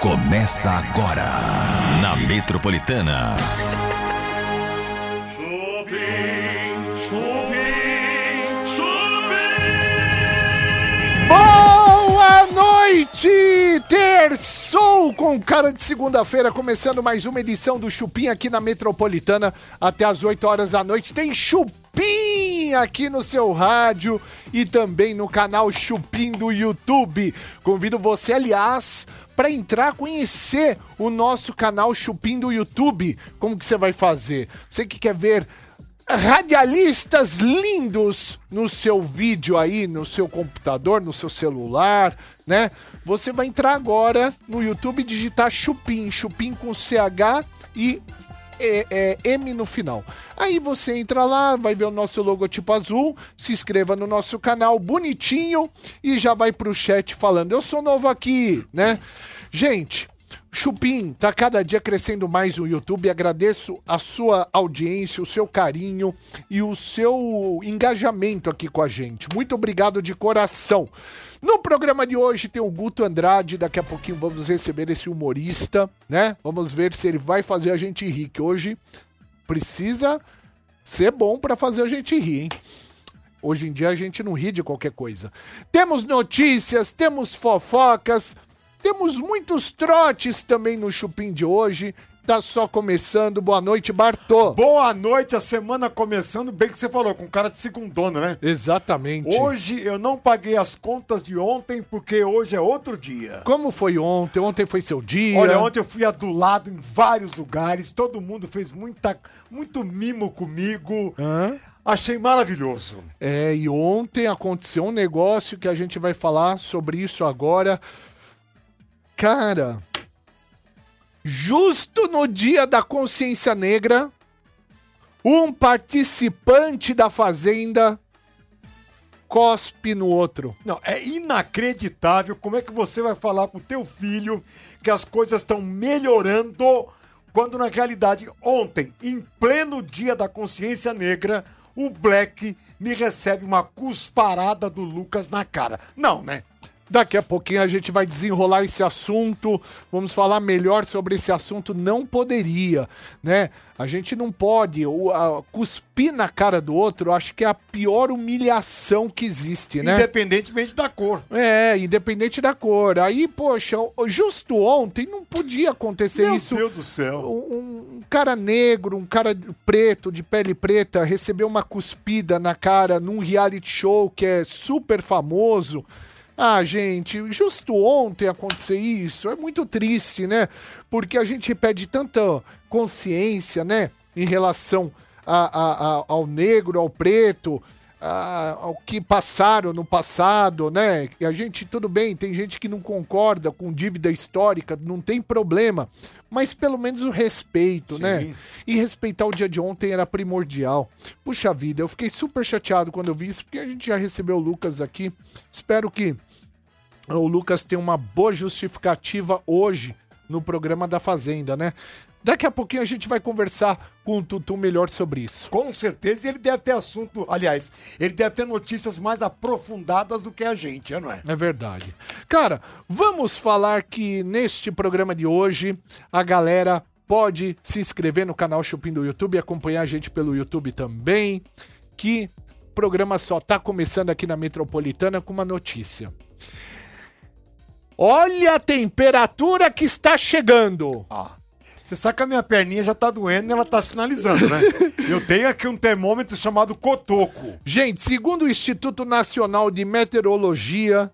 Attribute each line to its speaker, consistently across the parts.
Speaker 1: Começa agora na Metropolitana.
Speaker 2: Chupim, chupim, chupim.
Speaker 3: Boa noite! Terçou com cara de segunda-feira, começando mais uma edição do Chupim aqui na Metropolitana, até às 8 horas da noite. Tem Chupim aqui no seu rádio e também no canal Chupim do YouTube. Convido você, aliás, para entrar conhecer o nosso canal Chupim do YouTube. Como que você vai fazer? Você que quer ver radialistas lindos no seu vídeo aí, no seu computador, no seu celular, né? Você vai entrar agora no YouTube e digitar Chupim, Chupim com CH e é, é, M no final. Aí você entra lá, vai ver o nosso logotipo azul, se inscreva no nosso canal bonitinho e já vai pro chat falando: Eu sou novo aqui, né? Gente, Chupim, tá cada dia crescendo mais o YouTube. Agradeço a sua audiência, o seu carinho e o seu engajamento aqui com a gente. Muito obrigado de coração. No programa de hoje tem o Guto Andrade, daqui a pouquinho vamos receber esse humorista, né? Vamos ver se ele vai fazer a gente rir, que hoje precisa ser bom pra fazer a gente rir, hein? Hoje em dia a gente não ri de qualquer coisa. Temos notícias, temos fofocas, temos muitos trotes também no Chupim de hoje. Tá só começando. Boa noite, Bartô.
Speaker 4: Boa noite, a semana começando bem que você falou, com cara de segundona, né?
Speaker 3: Exatamente.
Speaker 4: Hoje eu não paguei as contas de ontem porque hoje é outro dia.
Speaker 3: Como foi ontem? Ontem foi seu dia.
Speaker 4: Olha, ontem eu fui adulado em vários lugares, todo mundo fez muita, muito mimo comigo. Achei maravilhoso.
Speaker 3: É, e ontem aconteceu um negócio que a gente vai falar sobre isso agora. Cara, justo no dia da consciência negra, um participante da fazenda cospe no outro.
Speaker 4: Não, é inacreditável como é que você vai falar pro teu filho que as coisas estão melhorando quando na realidade ontem, em pleno dia da consciência negra, o Black me recebe uma cusparada do Lucas na cara. Não, né?
Speaker 3: Daqui a pouquinho a gente vai desenrolar esse assunto, vamos falar melhor sobre esse assunto. Não poderia, né? A gente não pode. O, a- cuspir na cara do outro, eu acho que é a pior humilhação que existe, né?
Speaker 4: Independentemente da cor.
Speaker 3: É, independente da cor. Aí, poxa, justo ontem não podia acontecer
Speaker 4: Meu
Speaker 3: isso.
Speaker 4: Deus do céu.
Speaker 3: Um, um cara negro, um cara preto, de pele preta, recebeu uma cuspida na cara num reality show que é super famoso. Ah, gente, justo ontem acontecer isso é muito triste, né? Porque a gente pede tanta consciência, né? Em relação a- a- a- ao negro, ao preto, a- ao que passaram no passado, né? E a gente, tudo bem, tem gente que não concorda com dívida histórica, não tem problema. Mas pelo menos o respeito, né? E respeitar o dia de ontem era primordial. Puxa vida, eu fiquei super chateado quando eu vi isso, porque a gente já recebeu o Lucas aqui. Espero que o Lucas tem uma boa justificativa hoje no programa da Fazenda, né? Daqui a pouquinho a gente vai conversar com o Tutu melhor sobre isso.
Speaker 4: Com certeza e ele deve ter assunto. Aliás, ele deve ter notícias mais aprofundadas do que a gente, é, não é?
Speaker 3: É verdade. Cara, vamos falar que neste programa de hoje a galera pode se inscrever no canal Chupim do YouTube e acompanhar a gente pelo YouTube também. Que o programa só tá começando aqui na Metropolitana com uma notícia. Olha a temperatura que está chegando.
Speaker 4: Você sabe que a minha perninha já tá doendo e ela tá sinalizando, né? Eu tenho aqui um termômetro chamado Cotoco.
Speaker 3: Gente, segundo o Instituto Nacional de Meteorologia,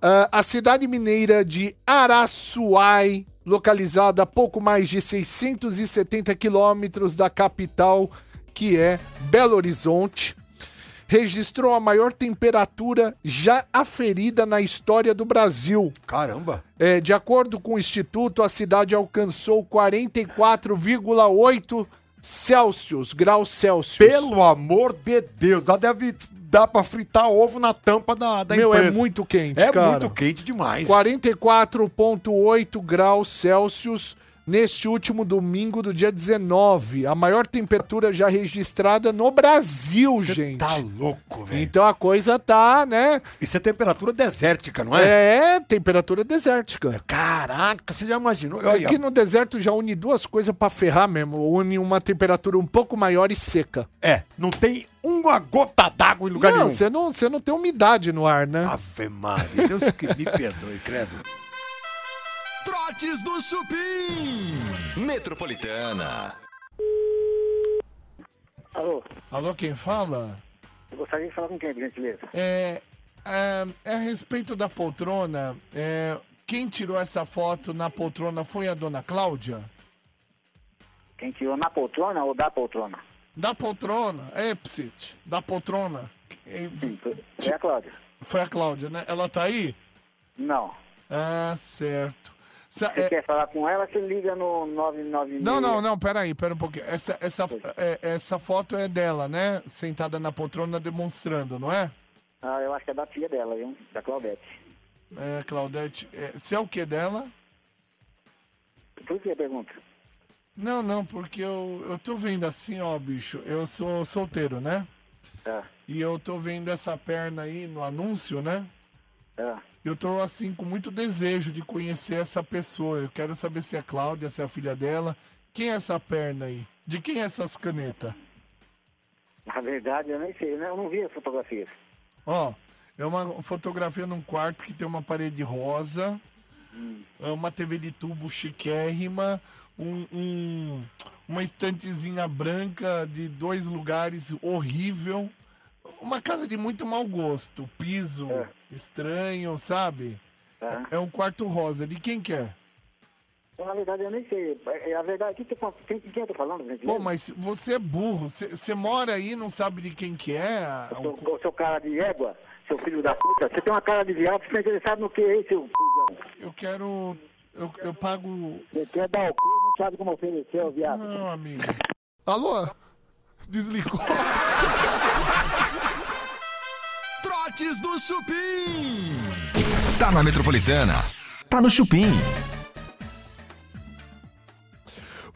Speaker 3: ah, a cidade mineira de Araçuai, localizada a pouco mais de 670 quilômetros da capital, que é Belo Horizonte, registrou a maior temperatura já aferida na história do Brasil.
Speaker 4: Caramba.
Speaker 3: É, de acordo com o Instituto, a cidade alcançou 44,8 Celsius, graus Celsius.
Speaker 4: Pelo amor de Deus, dá, deve dar pra fritar ovo na tampa da, da
Speaker 3: Meu,
Speaker 4: empresa.
Speaker 3: é muito quente,
Speaker 4: É
Speaker 3: cara.
Speaker 4: muito quente demais.
Speaker 3: 44,8 graus Celsius neste último domingo do dia 19. A maior temperatura já registrada no Brasil, gente.
Speaker 4: Tá louco, velho.
Speaker 3: Então a coisa tá, né?
Speaker 4: Isso é temperatura desértica, não é?
Speaker 3: É, temperatura desértica.
Speaker 4: Caraca, você já imaginou?
Speaker 3: Aqui no deserto já une duas coisas pra ferrar mesmo. Une uma temperatura um pouco maior e seca.
Speaker 4: É, não tem uma gota d'água em lugar
Speaker 3: não,
Speaker 4: nenhum. Ah.
Speaker 3: você não, você não tem umidade no ar, né?
Speaker 4: Ave Maria, Deus que me perdoe, credo.
Speaker 1: Trotes do Chupim. Metropolitana.
Speaker 5: Alô,
Speaker 3: Alô, quem fala?
Speaker 5: eu gostaria de falar com quem, por gentileza?
Speaker 3: É, é, é a respeito da poltrona. é, quem tirou essa foto na poltrona foi a dona Cláudia?
Speaker 5: Quem tirou na poltrona ou da poltrona?
Speaker 3: Da poltrona, é, Psit, da poltrona. É,
Speaker 5: Sim, foi foi a Cláudia.
Speaker 3: Foi a Cláudia, né? Ela tá aí?
Speaker 5: Não.
Speaker 3: Ah, certo. Sa-
Speaker 5: Se
Speaker 3: é-
Speaker 5: quer falar com ela, você liga no 999.
Speaker 3: não, não, não, peraí, pera um pouquinho. Essa, essa, é, essa foto é dela, né? Sentada na poltrona demonstrando, não é?
Speaker 5: Ah, eu acho que é da filha dela, viu? Da Claudete.
Speaker 3: É, Claudete, é, você é o que dela?
Speaker 5: Por que a pergunta?
Speaker 3: Não, não, porque eu, eu tô vendo assim, ó, bicho. Eu sou solteiro, né?
Speaker 5: Tá,
Speaker 3: E eu tô vendo essa perna aí no anúncio, né?
Speaker 5: tá.
Speaker 3: Eu tô assim com muito desejo de conhecer essa pessoa. Eu quero saber se é a Cláudia, se é a filha dela. Quem é essa perna aí? De quem é essas canetas?
Speaker 5: Na verdade, eu nem sei, né? Eu não vi as fotografias.
Speaker 3: Ó, é uma fotografia num quarto que tem uma parede rosa, é uma TV de tubo chiquérrima, um, um- uma estantezinha branca de dois lugares horrível. Uma casa de muito mau gosto, piso estranho, sabe?
Speaker 5: Tá.
Speaker 3: É um quarto rosa. De quem que é?
Speaker 5: Eu, Então, na verdade, eu nem sei. É, A verdade, o que que- quem, quem eu tô falando, por gentileza?
Speaker 3: Pô, mas você é burro. Você você mora aí e não sabe de quem que é? a-
Speaker 5: Ô,
Speaker 3: o-
Speaker 5: Seu, ô, seu cara de égua, seu filho da puta, você tem uma cara de viado, você tá interessado no que, hein, seu cuzão?
Speaker 3: Eu quero... Eu, eu pago...
Speaker 5: Você quer dar o cu e não sabe como oferecer, ô viado.
Speaker 3: Não, amigo. Alô? Desligou.
Speaker 1: Trotes do Chupim. Tá na Metropolitana. Tá no Chupim.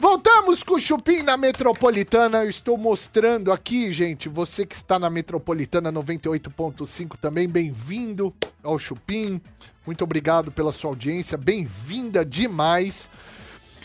Speaker 3: Voltamos com o Chupim na Metropolitana. Eu estou mostrando aqui, gente, você que está na Metropolitana 98.5 também, bem-vindo ao Chupim. Muito obrigado pela sua audiência, bem-vinda demais.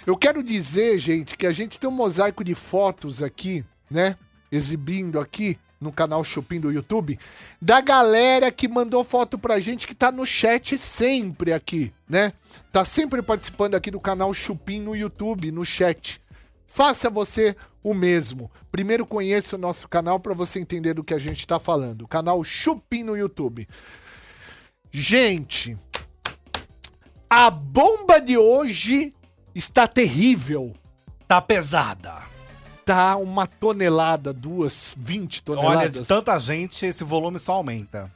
Speaker 3: Eu quero dizer, gente, que a gente tem um mosaico de fotos aqui, né? Exibindo aqui no canal Chupim do YouTube, da galera que mandou foto pra gente, que tá no chat sempre aqui, né? Tá sempre participando aqui do canal Chupim no YouTube, no chat. Faça você o mesmo. Primeiro conheça o nosso canal pra você entender do que a gente tá falando. Canal Chupim no YouTube. Gente, a bomba de hoje está terrível.
Speaker 4: Tá pesada.
Speaker 3: Tá uma tonelada, duas, 20 toneladas.
Speaker 4: Olha, de tanta gente, esse volume só aumenta.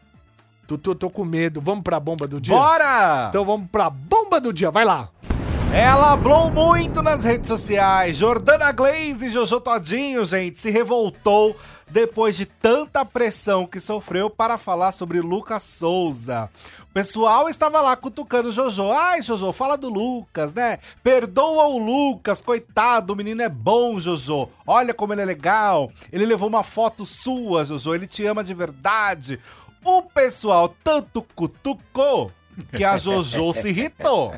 Speaker 3: Tô, tô, tô com medo. Vamos pra bomba do dia?
Speaker 4: Bora!
Speaker 3: Então vamos pra bomba do dia, vai lá.
Speaker 4: Então- Ela ablou muito nas redes sociais. Jordana Glaze e Jojo Todinho, gente, se revoltou depois de tanta pressão que sofreu para falar sobre Lucas Souza. O pessoal estava lá cutucando o Jojo. Ai, Jojo, fala do Lucas, né? Perdoa o Lucas, coitado, o menino é bom, Jojo. Olha como ele é legal. Ele levou uma foto sua, Jojo. Ele te ama de verdade. O pessoal tanto cutucou que a Jojo se irritou.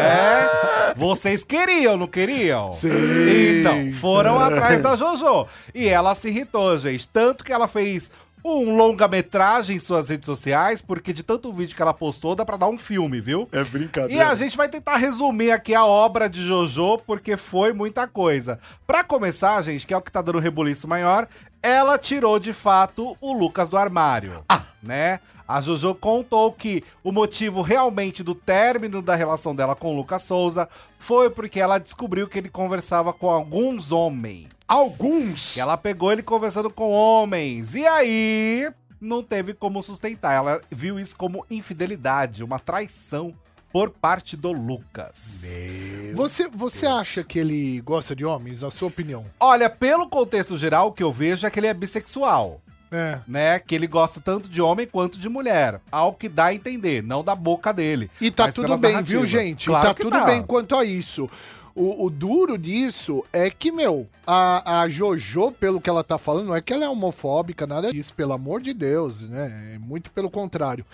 Speaker 4: É, vocês queriam, não queriam? Sim. Então, foram atrás da Jojo. E ela se irritou, gente. Tanto que ela fez um longa-metragem em suas redes sociais, porque de tanto vídeo que ela postou, dá pra dar um filme, viu?
Speaker 3: É brincadeira.
Speaker 4: E a gente vai tentar resumir aqui a obra de Jojo, porque foi muita coisa. Pra começar, gente, que é o que tá dando um rebuliço maior, ela tirou de fato o Lucas do armário. Ah! Né? A Jojo contou que o motivo realmente do término da relação dela com o Lucas Souza foi porque ela descobriu que ele conversava com alguns homens.
Speaker 3: Alguns.
Speaker 4: Que ela pegou ele conversando com homens. E aí, não teve como sustentar. Ela viu isso como infidelidade, uma traição por parte do Lucas.
Speaker 3: Você, você acha que ele gosta de homens, na sua opinião?
Speaker 4: Olha, pelo contexto geral, o que eu vejo é que ele é bissexual.
Speaker 3: É.
Speaker 4: Né? Que ele gosta tanto de homem quanto de mulher. Ao que dá a entender, não da boca dele.
Speaker 3: E tá
Speaker 4: mas
Speaker 3: tudo
Speaker 4: pelas
Speaker 3: bem,
Speaker 4: narrativas.
Speaker 3: viu, gente?
Speaker 4: Claro
Speaker 3: tá
Speaker 4: que
Speaker 3: tudo bem quanto a isso. O- O, o duro disso é que, meu, a, a Jojo, pelo que ela tá falando, não é que ela é homofóbica, nada disso, pelo amor de Deus, né? É muito pelo contrário.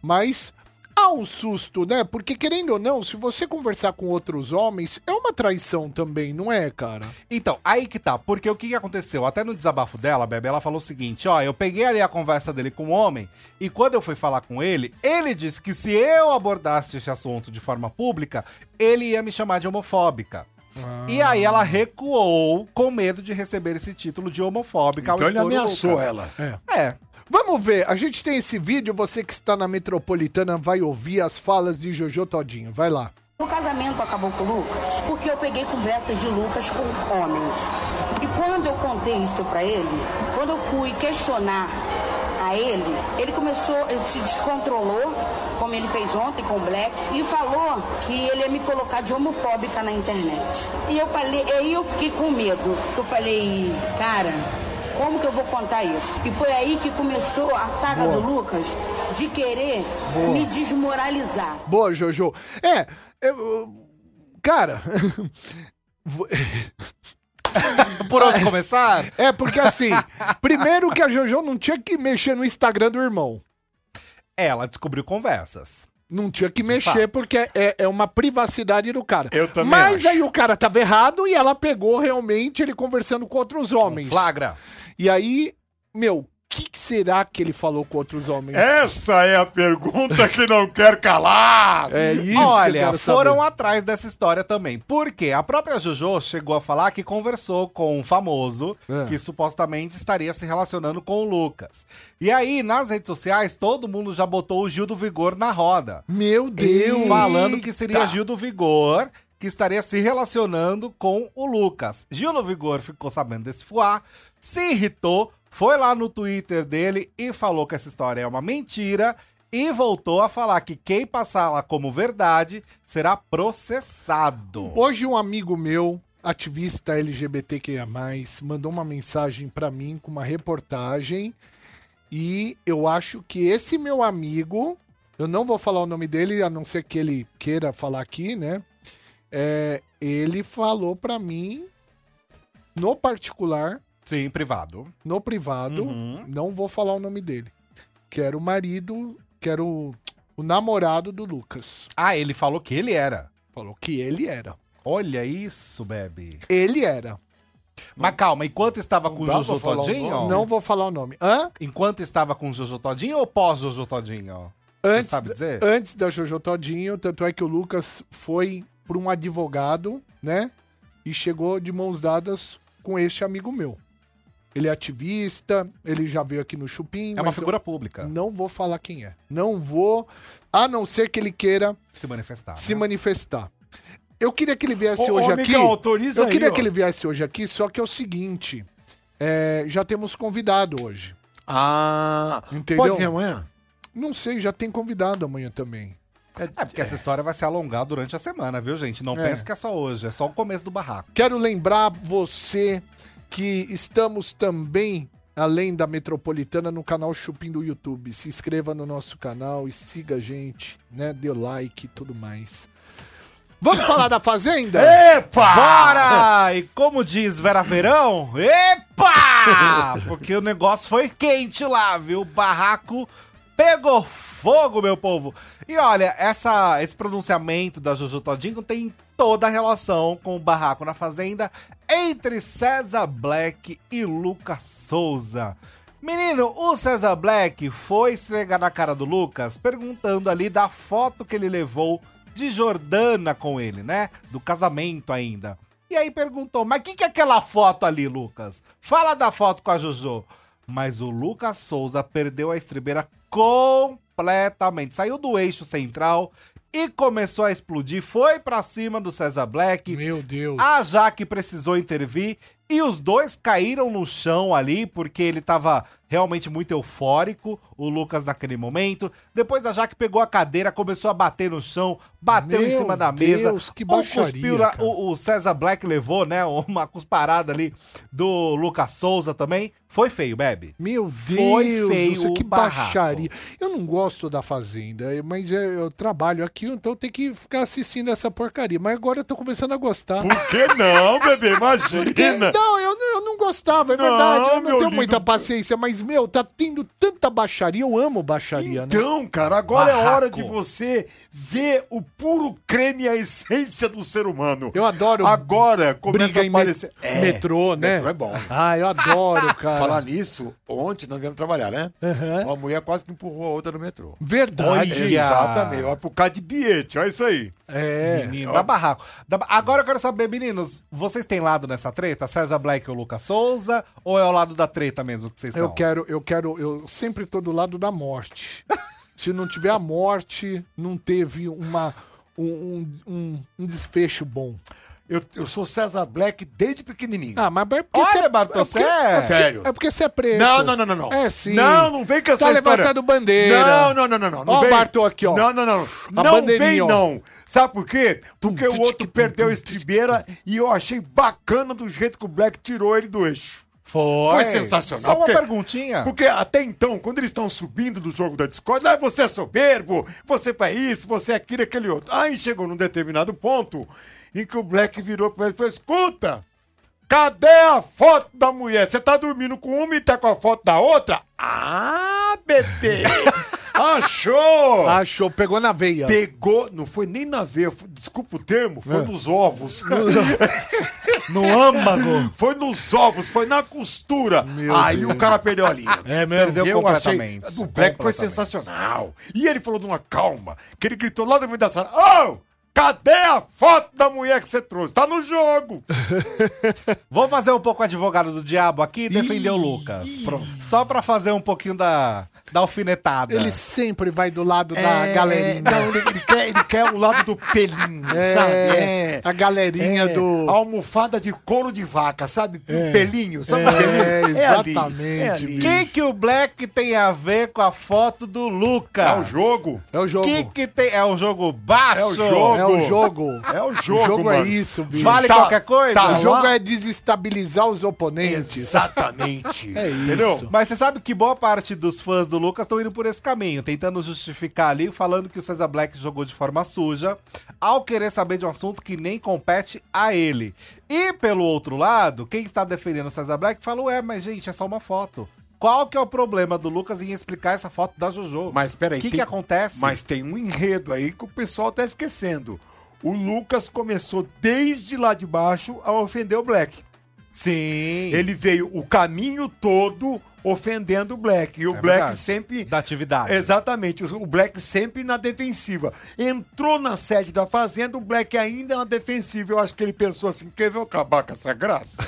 Speaker 3: Mas há um susto, né? Porque, querendo ou não, se você conversar com outros homens, é uma traição também, não é, cara?
Speaker 4: Então, aí que tá. Porque o que, que aconteceu? Até no desabafo dela, Bebe, ela falou o seguinte: ó, eu peguei ali a conversa dele com o homem, e quando eu fui falar com ele, ele disse que se eu abordasse esse assunto de forma pública, ele ia me chamar de homofóbica. E aí ela recuou com medo de receber esse título de homofóbica. ao
Speaker 6: Então ele
Speaker 4: expor o
Speaker 6: ameaçou
Speaker 4: Lucas.
Speaker 6: ela.
Speaker 4: É.
Speaker 3: Vamos ver, a gente tem esse vídeo, você que está na metropolitana vai ouvir as falas de Jojo Todinho. Vai lá.
Speaker 7: O casamento acabou com o Lucas porque eu peguei conversas de Lucas com homens. E quando eu contei isso pra ele, quando eu fui questionar a ele, ele começou, ele se descontrolou, como ele fez ontem com o Black, e falou que ele ia me colocar de homofóbica na internet. E eu falei, aí eu fiquei com medo. Eu falei, cara, como que eu vou contar isso? E foi aí que começou a saga do Lucas de querer me desmoralizar.
Speaker 3: Boa, Jojo. É, eu- cara. vo-
Speaker 4: Por onde começar?
Speaker 3: é porque assim, primeiro que a Jojo não tinha que mexer no Instagram do irmão.
Speaker 4: Ela descobriu conversas.
Speaker 3: Não tinha que mexer porque é, é uma privacidade do cara.
Speaker 6: Eu também
Speaker 3: Mas
Speaker 6: acho.
Speaker 3: aí o cara tava errado e ela pegou realmente ele conversando com outros homens.
Speaker 4: Flagra.
Speaker 3: E aí, meu, o que, que será que ele falou com outros homens?
Speaker 6: Essa é a pergunta que não quer calar!
Speaker 3: É isso que eu
Speaker 4: Olha,
Speaker 3: quero
Speaker 4: foram
Speaker 3: saber.
Speaker 4: atrás dessa história também. Porque a própria Jojo chegou a falar que conversou com um famoso
Speaker 3: É.
Speaker 4: que supostamente estaria se relacionando com o Lucas. E aí, nas redes sociais, todo mundo já botou o Gil do Vigor na roda.
Speaker 3: Meu Deus!
Speaker 4: Falando que seria Gil do Vigor que estaria se relacionando com o Lucas. Gil do Vigor ficou sabendo desse fuá, se irritou, foi lá no Twitter dele e falou que essa história é uma mentira e voltou a falar que quem passá-la como verdade será processado.
Speaker 3: Hoje um amigo meu, ativista LGBTQIA+, mandou uma mensagem pra mim com uma reportagem e eu acho que esse meu amigo, eu não vou falar o nome dele, a não ser que ele queira falar aqui, né? É, ele falou pra mim no particular,
Speaker 4: Sim, privado.
Speaker 3: no privado, não vou falar o nome dele. Quero o marido, quero o namorado do Lucas.
Speaker 4: Ah, ele falou que ele era.
Speaker 3: Falou que ele era.
Speaker 4: Olha isso, Bebe.
Speaker 3: Ele era.
Speaker 4: Mas calma, enquanto estava com o
Speaker 6: dá
Speaker 4: Jojo
Speaker 6: pra falar um o
Speaker 4: Todinho?
Speaker 3: Não vou falar o nome. Hã?
Speaker 4: Enquanto estava com o Jojo Todinho ou pós Jojo Todinho?
Speaker 3: Antes,
Speaker 4: sabe dizer?
Speaker 3: antes da Jojo Todinho, tanto é que o Lucas foi para um advogado, né? E chegou de mãos dadas com este amigo meu. Ele é ativista, ele já veio aqui no Chupim.
Speaker 4: É uma
Speaker 3: mas
Speaker 4: figura
Speaker 3: Eu
Speaker 4: pública.
Speaker 3: não vou falar quem é. Não vou, a não ser que ele queira
Speaker 4: Se manifestar.
Speaker 3: se
Speaker 4: né?
Speaker 3: manifestar. Eu queria que ele viesse
Speaker 6: Ô,
Speaker 3: hoje
Speaker 6: ô,
Speaker 3: aqui.
Speaker 6: amigão, autoriza
Speaker 3: eu queria
Speaker 6: aí, ó.
Speaker 3: que ele viesse hoje aqui, só que é o seguinte: é, já temos convidado hoje.
Speaker 6: Ah,
Speaker 3: Entendeu?
Speaker 6: Pode vir amanhã?
Speaker 3: Não sei, já tem convidado amanhã também.
Speaker 4: É porque essa história vai se alongar durante a semana, viu, gente? Não
Speaker 3: É.
Speaker 4: pense que é só hoje, é só o começo do barraco.
Speaker 3: Quero lembrar você que estamos também, além da Metropolitana, no canal Chupim do YouTube. Se inscreva no nosso canal e siga a gente, né? Dê like e tudo mais. Vamos falar da Fazenda?
Speaker 6: Epa!
Speaker 4: Bora! E como diz Vera Verão, epa! Porque o negócio foi quente lá, viu? O barraco pegou fogo, meu povo. E olha, essa, esse pronunciamento da Jojo Todinho tem toda a relação com o barraco na Fazenda entre César Black e Lucas Souza. Menino, o César Black foi esfregar na cara do Lucas perguntando ali da foto que ele levou de Jordana com ele, né? Do casamento ainda. E aí perguntou: Mas o que, que é aquela foto ali, Lucas? Fala da foto com a Jojo. Mas o Lucas Souza perdeu a estribeira completamente. Saiu do eixo central e começou a explodir. Foi pra cima do César Black.
Speaker 3: Meu Deus.
Speaker 4: A Jaque precisou intervir E os dois caíram no chão ali, porque ele tava realmente muito eufórico, o Lucas naquele momento. Depois a Jaque pegou a cadeira, começou a bater no chão, bateu
Speaker 3: Meu
Speaker 4: em cima da
Speaker 3: Deus,
Speaker 4: mesa.
Speaker 3: que
Speaker 4: um
Speaker 3: baixaria,
Speaker 4: cuspiu na-
Speaker 3: cara.
Speaker 4: o, o César Black levou, né? Uma cusparada ali do Lucas Souza também. Foi feio, Bebe.
Speaker 3: Meu Deus,
Speaker 4: Foi feio
Speaker 3: nossa, que
Speaker 4: o barraco.
Speaker 3: baixaria. Eu não gosto da Fazenda, eu- mas eu, eu trabalho aqui, então tem que ficar assistindo essa porcaria. Mas agora eu tô começando a gostar. É,
Speaker 6: Por que não, bebê? Imagina!
Speaker 3: Não, eu, não- eu não gostava, é verdade. Eu não
Speaker 6: meu
Speaker 3: tenho
Speaker 6: lindo.
Speaker 3: muita paciência, mas, meu, tá tendo tanta baixaria. Eu amo baixaria, né?
Speaker 6: Então, cara, agora é
Speaker 4: Barraco.
Speaker 6: hora de você ver o puro creme e a essência do ser humano.
Speaker 3: Eu adoro
Speaker 6: Agora começa
Speaker 3: briga
Speaker 6: a
Speaker 3: em me-
Speaker 6: aparecer.
Speaker 3: metrô, né?
Speaker 6: Metrô é bom.
Speaker 3: Ah, eu adoro, cara.
Speaker 4: Ah.
Speaker 6: Falar nisso, ontem nós viemos trabalhar, né? Uma mulher quase que empurrou a outra no metrô.
Speaker 3: Verdade. ah.
Speaker 4: Olha.
Speaker 6: Exatamente. Olha, por causa de bilhete, olha isso aí.
Speaker 3: É.
Speaker 4: Menino, dá barraco. Dá ba- Agora eu quero saber, meninos, vocês têm lado nessa treta? César Black ou Lucas Souza? Ou é o lado da treta mesmo que vocês
Speaker 3: Eu
Speaker 6: Então.
Speaker 4: estão?
Speaker 3: quero, eu quero, eu sempre tô do lado da morte. Se não tiver a morte, não teve uma, um, um- um- um desfecho bom.
Speaker 6: Eu, eu sou César Black desde pequenininho.
Speaker 3: Ah, mas é porque
Speaker 4: Olha,
Speaker 3: você é
Speaker 4: Bartosé!
Speaker 3: é porque- é porque-
Speaker 6: Sério.
Speaker 3: É porque você é preto.
Speaker 6: Não, não, não, não, não.
Speaker 3: É sim.
Speaker 6: Não, não vem com essa
Speaker 3: Tá
Speaker 6: história.
Speaker 3: levantando bandeira.
Speaker 6: Não, não, não, não. não, não
Speaker 3: Ó o
Speaker 6: vem.
Speaker 3: Bartô aqui, ó.
Speaker 6: Não, não, não.
Speaker 3: A
Speaker 6: não
Speaker 3: bandeirinha,
Speaker 6: vem,
Speaker 3: ó.
Speaker 6: não. Sabe por quê? Porque
Speaker 3: tic,
Speaker 6: o outro
Speaker 3: tum,
Speaker 6: perdeu
Speaker 3: tum,
Speaker 6: a estribeira e eu achei bacana do jeito que o Black tirou ele do eixo.
Speaker 4: Foi.
Speaker 6: Foi sensacional.
Speaker 4: Só uma
Speaker 6: porque-
Speaker 4: perguntinha.
Speaker 6: Porque até então, quando eles estão subindo do jogo da Discord, ah, você é soberbo, você faz isso, você é aquilo, aquele outro. Aí chegou num determinado ponto em que o Black virou pra ele e falou: escuta, cadê a foto da mulher? Você tá dormindo com uma e tá com a foto da outra? Ah, bebê! Achou!
Speaker 3: Achou, pegou na veia.
Speaker 6: Pegou, não foi nem na veia, foi- desculpa o termo, foi nos ovos.
Speaker 4: No âmago.
Speaker 6: Foi nos ovos, foi na costura. Aí o cara perdeu a linha.
Speaker 4: É, meu, perdeu
Speaker 6: Eu achei-
Speaker 4: completamente.
Speaker 6: O Black foi
Speaker 4: Completamente.
Speaker 6: sensacional. E ele falou de uma calma, que ele gritou lá do meio da sala: Ô! Cadê a foto da mulher que você trouxe? Tá no jogo!
Speaker 4: Vou fazer um pouco advogado do diabo aqui e defender o Lucas. Pronto. Só pra fazer um pouquinho da, da alfinetada.
Speaker 3: Ele sempre vai do lado da
Speaker 4: É,
Speaker 3: galerinha.
Speaker 6: É, Não, ele, ele quer, ele quer o lado do pelinho,
Speaker 3: É,
Speaker 6: sabe?
Speaker 3: A galerinha
Speaker 6: É,
Speaker 3: do.
Speaker 6: A almofada de couro de vaca, sabe? Pelinho, sabe?
Speaker 3: É,
Speaker 6: pelinho?
Speaker 3: exatamente,
Speaker 6: ali.
Speaker 3: bicho.
Speaker 4: Que que o Black tem a ver com a foto do Lucas?
Speaker 6: É o jogo.
Speaker 3: É o jogo.
Speaker 4: Que que tem... É um jogo baixo?
Speaker 6: É o jogo.
Speaker 3: É o jogo.
Speaker 6: É o jogo,
Speaker 3: O jogo
Speaker 6: mano.
Speaker 3: é isso, bicho.
Speaker 4: Vale
Speaker 6: Tá-
Speaker 4: qualquer coisa?
Speaker 6: tá
Speaker 3: o jogo é desestabilizar os oponentes.
Speaker 6: Exatamente.
Speaker 3: É isso.
Speaker 4: Mas você sabe que boa parte dos fãs do Lucas estão indo por esse caminho, tentando justificar ali, falando que o César Black jogou de forma suja, ao querer saber de um assunto que nem compete a ele. E pelo outro lado, quem está defendendo o César Black fala: Ué, mas gente, é só uma foto. Qual que é o problema do Lucas em explicar essa foto da Jojo?
Speaker 6: Mas peraí.
Speaker 4: O que,
Speaker 6: tem-
Speaker 4: que acontece?
Speaker 6: Mas tem um enredo aí que o pessoal tá esquecendo. O Lucas começou desde lá de baixo a ofender o Black.
Speaker 4: Sim.
Speaker 6: Ele veio o caminho todo ofendendo o Black. E o
Speaker 4: É
Speaker 6: Black
Speaker 4: verdade.
Speaker 6: sempre.
Speaker 4: Da atividade.
Speaker 6: Exatamente. O Black sempre na defensiva. Entrou na sede da Fazenda, o Black ainda na defensiva. Eu acho que ele pensou assim: quer ver eu acabar com essa graça?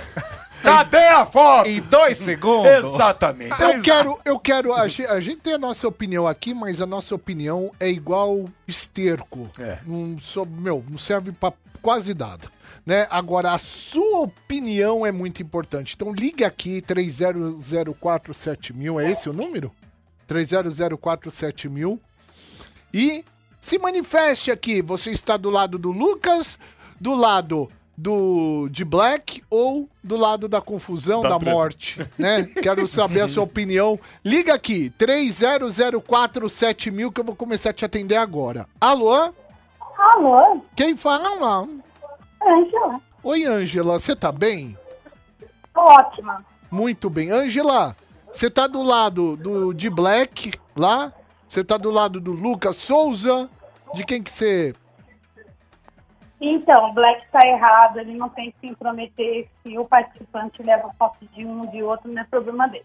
Speaker 6: Cadê a foto?
Speaker 4: Em dois segundos.
Speaker 6: Exatamente.
Speaker 3: Então, Eu quero, eu quero. A gente, a gente tem a nossa opinião aqui, mas a nossa opinião é igual esterco.
Speaker 6: É.
Speaker 3: Não, sou, meu, não serve pra quase nada. Né? Agora, a sua opinião é muito importante. Então, ligue aqui, 30047000. É esse o número? 30047000. E se manifeste aqui. Você está do lado do Lucas, do lado do de Black ou do lado da confusão, da, morte, né? Quero saber a sua opinião. Liga aqui, 30047000 que eu vou começar a te atender agora. Alô?
Speaker 8: Alô?
Speaker 3: Quem fala?
Speaker 8: Ângela.
Speaker 3: Oi, Ângela, você tá bem?
Speaker 8: Tô Ótima.
Speaker 3: Muito bem. Ângela, você tá do lado do de Black lá? Você tá do lado do Lucas Souza? De quem que você
Speaker 8: Então, o Black tá errado, ele não tem que se intrometer se o participante leva foto de um de outro, não é problema dele.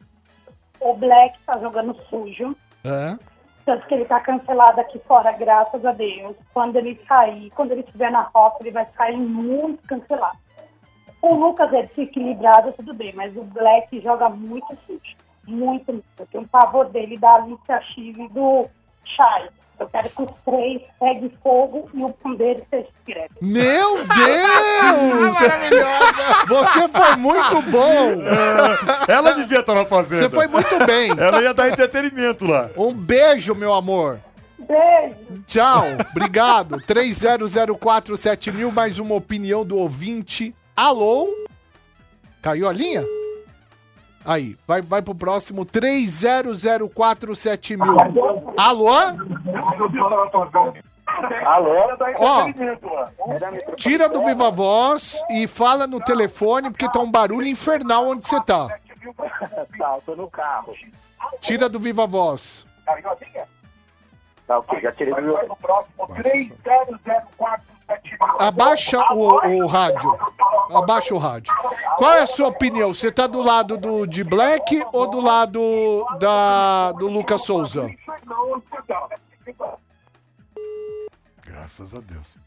Speaker 8: O Black tá jogando sujo,
Speaker 3: é?
Speaker 8: tanto que ele tá cancelado aqui fora, graças a Deus. Quando ele sair, quando ele estiver na rota, ele vai sair muito cancelado. O Lucas é desequilibrado, tudo bem, mas o Black joga muito sujo. Muito, muito. Eu tenho um pavor dele da Alicia Chive e do Chay. Eu quero que os três peguem fogo e o um deles seja direto.
Speaker 3: Meu Deus! Maravilhosa! Você foi muito bom!
Speaker 6: Ela devia estar na fazenda.
Speaker 3: Você foi muito bem!
Speaker 4: É.
Speaker 6: Ela ia dar entretenimento lá.
Speaker 3: Um beijo, meu amor!
Speaker 8: Beijo!
Speaker 3: Tchau, obrigado. 30047000, mais uma opinião do ouvinte. Alô? Caiu a linha? Aí, vai, vai pro próximo. 30047000. Alô?
Speaker 5: Alô? tá
Speaker 3: Ó,
Speaker 5: É
Speaker 3: tira do Viva Voz e fala no telefone, porque tá um barulho infernal onde você tá.
Speaker 5: Tá, tô no carro.
Speaker 3: Tira do Viva Voz.
Speaker 5: Tá ok, já tirei do meu...
Speaker 3: Abaixa o, o rádio. Abaixa o rádio. Qual é a sua opinião? Você tá do lado do de Black ou do lado da, do Lucas Souza?
Speaker 6: Graças a Deus.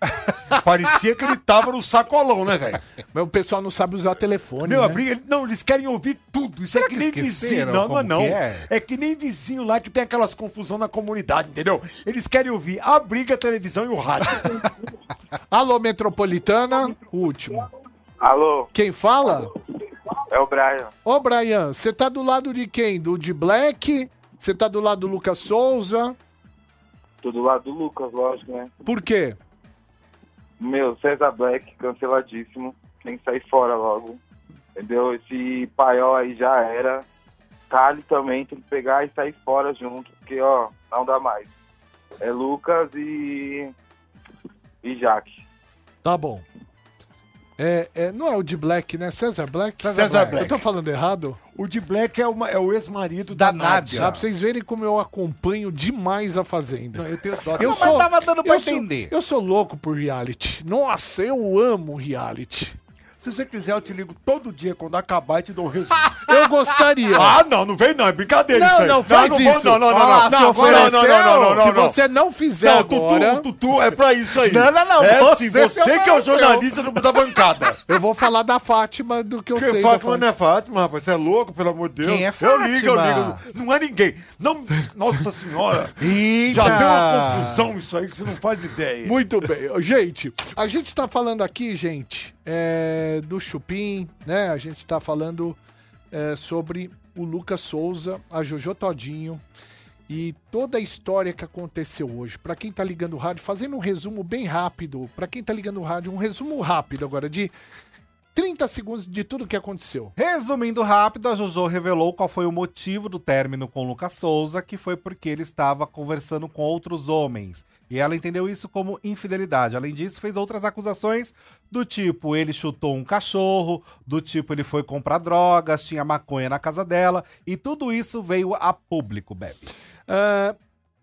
Speaker 6: Parecia que ele tava no sacolão, né, velho?
Speaker 3: Mas o pessoal não sabe usar telefone.
Speaker 6: Meu,
Speaker 3: né?
Speaker 6: a briga- não, eles querem ouvir tudo. Isso é que,
Speaker 4: que
Speaker 6: nem
Speaker 4: esqueceram
Speaker 6: vizinho. Não, não,
Speaker 4: como
Speaker 6: é não.
Speaker 4: que
Speaker 6: É?
Speaker 4: é?
Speaker 6: que nem vizinho lá que tem aquelas confusão na comunidade, entendeu? Eles querem ouvir a briga, a televisão e o rádio.
Speaker 3: Alô, Metropolitana, o último.
Speaker 5: Alô,
Speaker 3: Quem fala?
Speaker 5: é o Brian.
Speaker 3: Ô, Brian, você tá do lado de quem? Do de Black? Você tá do lado do Lucas Souza?
Speaker 5: Tô do lado do Lucas, lógico, né?
Speaker 3: Por quê?
Speaker 5: Meu, César Black, canceladíssimo. Tem que sair fora logo. Entendeu? Esse paiol aí já era. Cali também tem que pegar e sair fora junto, porque, ó, não dá mais. É Lucas e. e Jaque.
Speaker 3: Tá bom. É, é, não é o de Black, né? César Black?
Speaker 6: César Black.
Speaker 3: Eu tô falando errado?
Speaker 6: o de Black é, uma- é o ex-marido da,
Speaker 4: Da
Speaker 6: Nádia.
Speaker 3: Dá pra vocês verem como eu acompanho demais a Fazenda.
Speaker 4: Eu tenho dó.
Speaker 3: Eu
Speaker 4: Não, mas tava dando pra
Speaker 3: eu sou-
Speaker 4: entender.
Speaker 3: eu sou louco por reality. Nossa, eu amo reality.
Speaker 6: Se você quiser, eu te ligo todo dia quando acabar e te dou um resumo.
Speaker 3: Eu gostaria.
Speaker 6: ah, não, não vem não, é brincadeira
Speaker 3: não,
Speaker 6: isso aí.
Speaker 3: não faz
Speaker 6: não, vou-
Speaker 3: isso.
Speaker 6: Não, não, não,
Speaker 3: Ah,
Speaker 6: não,
Speaker 3: se
Speaker 6: não, agora-
Speaker 3: ofereceu,
Speaker 6: não, não, não, não, não,
Speaker 3: Se
Speaker 6: não.
Speaker 3: você não fizer
Speaker 6: Não,
Speaker 3: agora,
Speaker 6: Tutu, Tutu, é pra isso aí.
Speaker 4: Não, não, não,
Speaker 6: É
Speaker 4: você
Speaker 6: sim, você que é o
Speaker 4: ofereceu.
Speaker 6: jornalista do- da bancada.
Speaker 3: eu vou falar da Fátima do que eu
Speaker 6: Quem
Speaker 3: sei.
Speaker 6: Fátima
Speaker 3: da Fátima.
Speaker 6: não é Fátima, rapaz. Você é louco, pelo amor de Deus.
Speaker 4: Quem é
Speaker 6: Eu ligo, eu
Speaker 4: Fátima?
Speaker 6: ligo. Não é ninguém. Não, nossa senhora.
Speaker 4: Eita.
Speaker 6: Já deu uma confusão isso aí que você não faz ideia.
Speaker 3: Muito bem. Gente, a gente tá falando aqui, gente, é, do Chupim, né? A gente tá falando é, sobre o Lucas Souza, a Jojo Todinho e toda a história que aconteceu hoje. Pra quem tá ligando o rádio, fazendo um resumo bem rápido, pra quem tá ligando o rádio, um resumo rápido agora de 30 segundos de tudo que aconteceu.
Speaker 4: Resumindo rápido, a Jojo revelou qual foi o motivo do término com o Lucas Souza, que foi porque ele estava conversando com outros homens. E ela entendeu isso como infidelidade. Além disso, fez outras acusações do tipo ele chutou um cachorro, do tipo ele foi comprar drogas, tinha maconha na casa dela, e tudo isso veio a público, Bebe.
Speaker 3: Ah,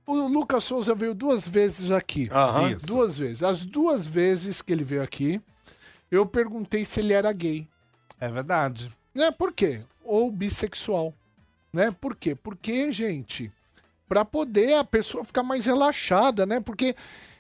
Speaker 3: o Lucas Souza veio duas vezes aqui.
Speaker 6: Aham.
Speaker 3: Isso. Duas vezes. As duas vezes que ele veio aqui, eu perguntei se ele era gay.
Speaker 4: É verdade.
Speaker 3: né? Por quê? Ou bissexual, né? Por quê? Porque, gente, pra poder a pessoa ficar mais relaxada, né? Porque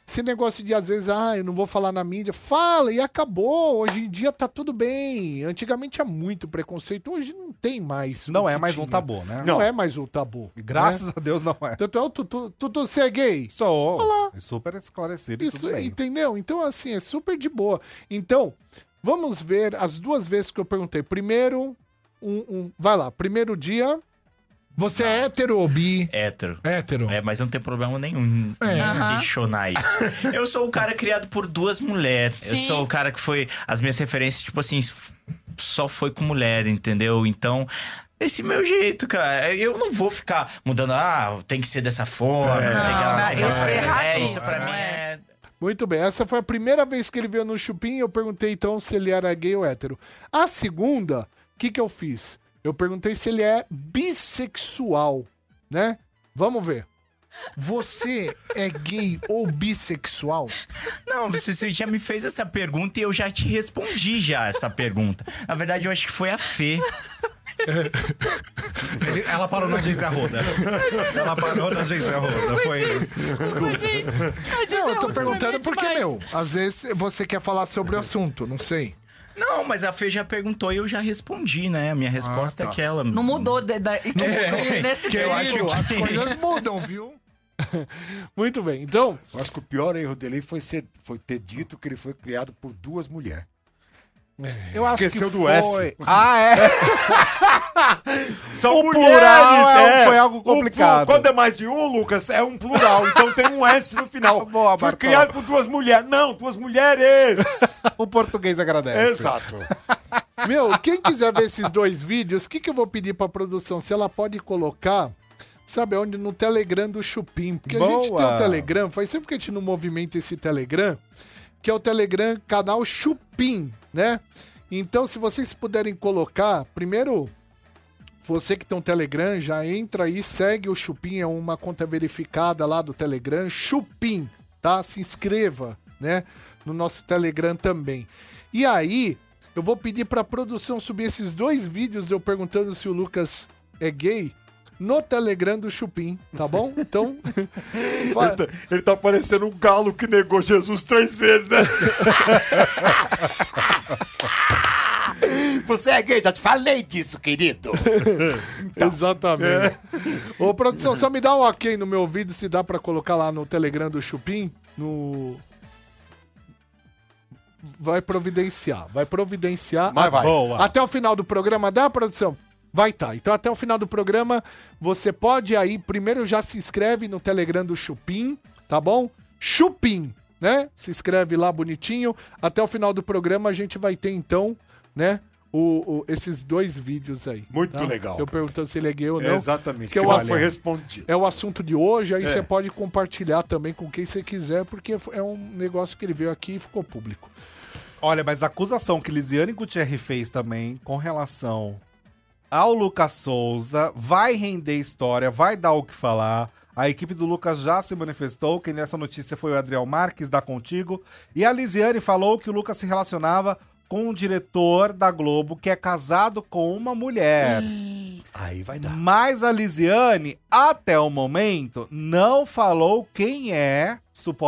Speaker 3: esse negócio de às vezes, ah, eu não vou falar na mídia, fala e acabou. Hoje em dia tá tudo bem. Antigamente tinha muito preconceito, hoje não tem mais. o
Speaker 4: Não é
Speaker 3: que
Speaker 4: mais um
Speaker 3: tinha.
Speaker 4: tabu, né?
Speaker 3: Não, é mais um tabu.
Speaker 4: Graças
Speaker 3: né?
Speaker 4: a Deus não é.
Speaker 3: Tanto é o Tutu, Tutu, você é gay?
Speaker 4: Sou super esclarecido e
Speaker 3: Isso,
Speaker 4: tudo bem.
Speaker 3: entendeu? Então, assim, é super de boa. Então, vamos ver as duas vezes que eu perguntei. Primeiro, um. um- vai lá, primeiro dia. Você é hétero ou bi?
Speaker 9: Hétero.
Speaker 3: Hétero. É.
Speaker 9: É, mas não tem problema nenhum Uhum. em em questionar isso. Eu sou o cara criado por duas mulheres. Eu sou o cara que foi. As minhas referências, tipo assim, f- só foi com mulher, entendeu? Então. Esse é meu jeito, cara. Eu não vou ficar mudando, ah, tem que ser dessa forma. Não, sei o que lá, não sei o que
Speaker 2: isso
Speaker 9: lá.
Speaker 2: é
Speaker 9: é,
Speaker 2: erradíssimo,
Speaker 9: isso pra mim
Speaker 2: não é?
Speaker 9: é.
Speaker 3: Muito bem, essa foi a primeira vez que ele veio no Chupim. Eu perguntei então se ele era gay ou hétero. A segunda, o que, que eu fiz? Eu perguntei se ele é bissexual, né? Vamos ver. Você é gay ou bissexual?
Speaker 9: Não, você, você já me fez essa pergunta e eu já te respondi já essa pergunta. Na verdade, eu acho que foi a Fê.
Speaker 4: Ela parou na agência roda. Ela parou na agência roda. Foi isso.
Speaker 3: Não, eu tô perguntando porque, meu, às vezes você quer falar sobre o assunto, não sei.
Speaker 9: Não, mas a Fê já perguntou e eu já respondi, né? A
Speaker 1: Ah,
Speaker 9: minha
Speaker 1: tá.
Speaker 9: resposta é aquela.
Speaker 2: Não mudou de- da- e que mudou nesse
Speaker 9: que eu acho
Speaker 2: período.
Speaker 3: As coisas mudam, viu? Muito bem. Então,
Speaker 6: Eu acho que o pior erro dele foi, ser, foi ter dito que ele foi criado por duas mulheres.
Speaker 4: Eu acho
Speaker 6: Esqueceu
Speaker 4: que
Speaker 6: do
Speaker 4: foi...
Speaker 6: S.
Speaker 4: Ah, é?
Speaker 6: São
Speaker 4: O plural é- foi algo
Speaker 6: O plu-
Speaker 4: complicado.
Speaker 6: quando é mais de um, Lucas, é um plural. Então tem um S no final.
Speaker 4: Boa,
Speaker 6: foi
Speaker 4: Bartol.
Speaker 6: criado por duas mulheres. Não, duas mulheres.
Speaker 4: o português agradece.
Speaker 6: Exato.
Speaker 3: Meu, quem quiser ver esses dois vídeos, o que, que eu vou pedir pra produção? Se ela pode colocar, sabe onde? No Telegram do Chupim. Porque a gente tem
Speaker 4: Boa.
Speaker 3: o Telegram, faz sempre que a gente não movimenta esse Telegram, que é o Telegram canal Chupim, né? Então, se vocês puderem colocar, primeiro, você que tem um Telegram, já entra aí, segue o Chupim, é uma conta verificada lá do Telegram, Chupim, tá? Se inscreva, né? No nosso Telegram também. E aí, eu vou pedir pra produção subir esses dois vídeos eu perguntando se o Lucas é gay no Telegram do Chupim, tá bom? Então. fa-
Speaker 6: Ele tá, ele tá parecendo um galo que negou Jesus três vezes, né? Você é gay, já te falei disso, querido.
Speaker 3: Exatamente. Ô, produção, só me dá um ok no meu ouvido se dá pra colocar lá no Telegram do Chupim, no... Vai providenciar, vai providenciar.
Speaker 6: Mas vai.
Speaker 4: Boa.
Speaker 3: Até o final do programa dá, produção? Vai tá. Então até o final do programa você pode aí, primeiro já se inscreve no Telegram do Chupim, tá bom? Chupim, né? Se inscreve lá bonitinho. Até o final do programa a gente vai ter então, né? O, o- esses dois vídeos aí.
Speaker 6: Muito legal.
Speaker 3: Eu perguntando se ele é gay ou não.
Speaker 6: É exatamente,
Speaker 3: Que
Speaker 6: que
Speaker 3: eu
Speaker 6: lá
Speaker 3: acho-
Speaker 6: foi respondido.
Speaker 3: é o assunto de hoje, aí você pode compartilhar também com quem você quiser, porque é um negócio que ele veio aqui e ficou público.
Speaker 4: Olha, mas a acusação que Lisiane Gutierrez fez também com relação ao Lucas Souza vai render história, vai dar o que falar. A equipe do Lucas já se manifestou. Quem nessa notícia foi o Adriel Marques, da Contigo. E a Lisiane falou que o Lucas se relacionava com um diretor da Globo que é casado com uma mulher.
Speaker 6: Aí vai dar.
Speaker 4: Mas a Lisiane, até o momento, não falou quem é,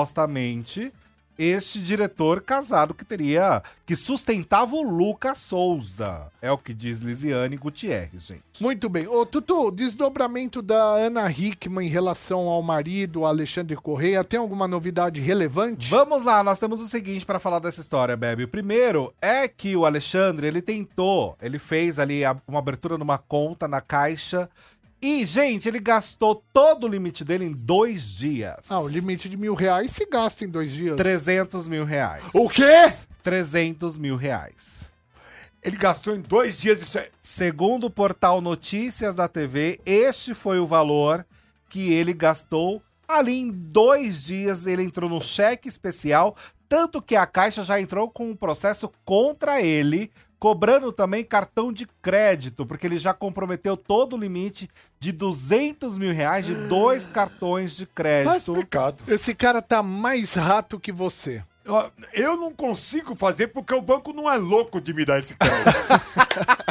Speaker 4: supostamente, este diretor casado que teria. que sustentava o Lucas Souza. É o que diz Lisiane Gutierrez, gente.
Speaker 3: Muito bem. Ô, Tutu, desdobramento da Ana Hickman em relação ao marido, Alexandre Correia, tem alguma novidade relevante?
Speaker 4: Vamos lá, nós temos o seguinte pra falar dessa história, Bebe. O primeiro é que o Alexandre, ele tentou, ele fez ali a- uma abertura numa conta na Caixa. E, gente, ele gastou todo o limite dele em dois dias.
Speaker 3: Ah, o limite de mil reais se gasta em dois dias.
Speaker 4: 300 mil reais.
Speaker 3: O quê?
Speaker 4: 300 mil reais.
Speaker 6: Ele gastou em dois dias isso aí.
Speaker 4: Segundo o portal Notícias da TV, este foi o valor que ele gastou. Ali em dois dias ele entrou no cheque especial, tanto que a Caixa já entrou com um processo contra ele, cobrando também cartão de crédito, porque ele já comprometeu todo o limite de 200 mil reais de dois cartões de
Speaker 6: Tá
Speaker 4: crédito.
Speaker 6: explicado.
Speaker 3: Esse cara tá mais rato que você.
Speaker 6: Ó, Eu não consigo fazer porque o banco não é louco de me dar esse crédito.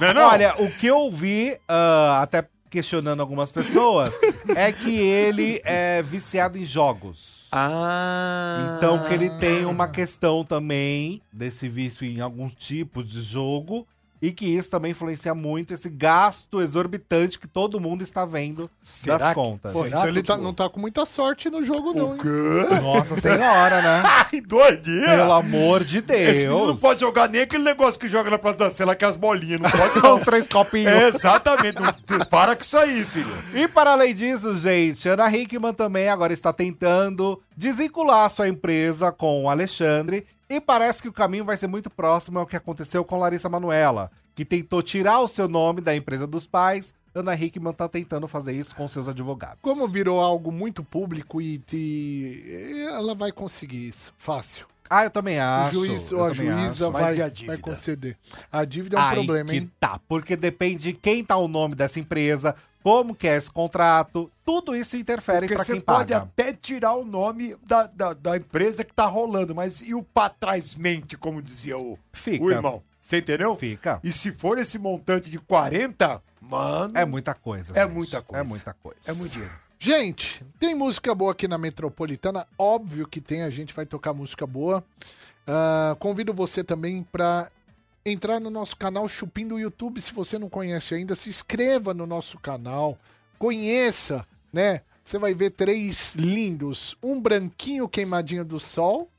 Speaker 6: não é não?
Speaker 4: Olha, o que eu vi, ah, até questionando algumas pessoas, é que ele é viciado em jogos.
Speaker 6: Ah.
Speaker 4: Então que ele tem uma questão também desse vício em algum tipo de jogo. E que isso também influencia muito esse gasto exorbitante que todo mundo está vendo das
Speaker 6: que-
Speaker 4: contas.
Speaker 3: Pô, então ele tá- não tá com muita sorte no jogo, não, hein?
Speaker 6: Quê?
Speaker 4: Nossa senhora, né?
Speaker 6: Em dois dias?
Speaker 4: Pelo amor de
Speaker 6: Esse menino
Speaker 4: Deus.
Speaker 6: não pode jogar nem aquele negócio que joga na Praça da Sela que é as bolinhas. Não pode
Speaker 4: Com
Speaker 6: não.
Speaker 4: os três copinhos.
Speaker 6: É, exatamente. Não- tu- para com isso aí, filho.
Speaker 4: E para além disso, gente, Ana Hickman também agora está tentando desvincular sua empresa com o Alexandre e parece que o caminho vai ser muito próximo ao que aconteceu com Larissa Manuela, que tentou tirar o seu nome da empresa dos pais. Ana Hickman está tentando fazer isso com seus advogados.
Speaker 3: Como virou algo muito público e te... ela vai conseguir isso. Fácil.
Speaker 4: Ah, eu também
Speaker 3: O
Speaker 4: acho.
Speaker 3: juiz
Speaker 4: eu
Speaker 3: ou a
Speaker 4: também
Speaker 3: juíza
Speaker 4: acho.
Speaker 6: Mas
Speaker 3: vai,
Speaker 6: e a
Speaker 3: vai
Speaker 6: dívida?
Speaker 3: conceder. A dívida é um
Speaker 4: Aí
Speaker 3: problema,
Speaker 4: que
Speaker 3: hein?
Speaker 4: Tá, porque depende de quem tá o nome dessa empresa, como que é esse contrato, tudo isso interfere
Speaker 6: Porque
Speaker 4: para
Speaker 6: você
Speaker 4: quem
Speaker 6: pode
Speaker 4: paga.
Speaker 6: até tirar o nome da, da, da empresa que tá rolando, mas e o pra trás mente, como dizia o,
Speaker 4: Fica.
Speaker 6: o irmão? Você entendeu?
Speaker 4: Fica.
Speaker 6: E se for esse montante de 40, mano,
Speaker 4: É muita coisa.
Speaker 6: É
Speaker 4: gente.
Speaker 6: muita coisa.
Speaker 4: É muita coisa.
Speaker 6: é muito dinheiro.
Speaker 3: Gente, tem música boa aqui na Metropolitana, óbvio que tem, a gente vai tocar música boa. Ah, convido você também para entrar no nosso canal Chupim do YouTube, se você não conhece ainda, se inscreva no nosso canal, conheça, né, Você vai ver três lindos. Um branquinho queimadinho do sol.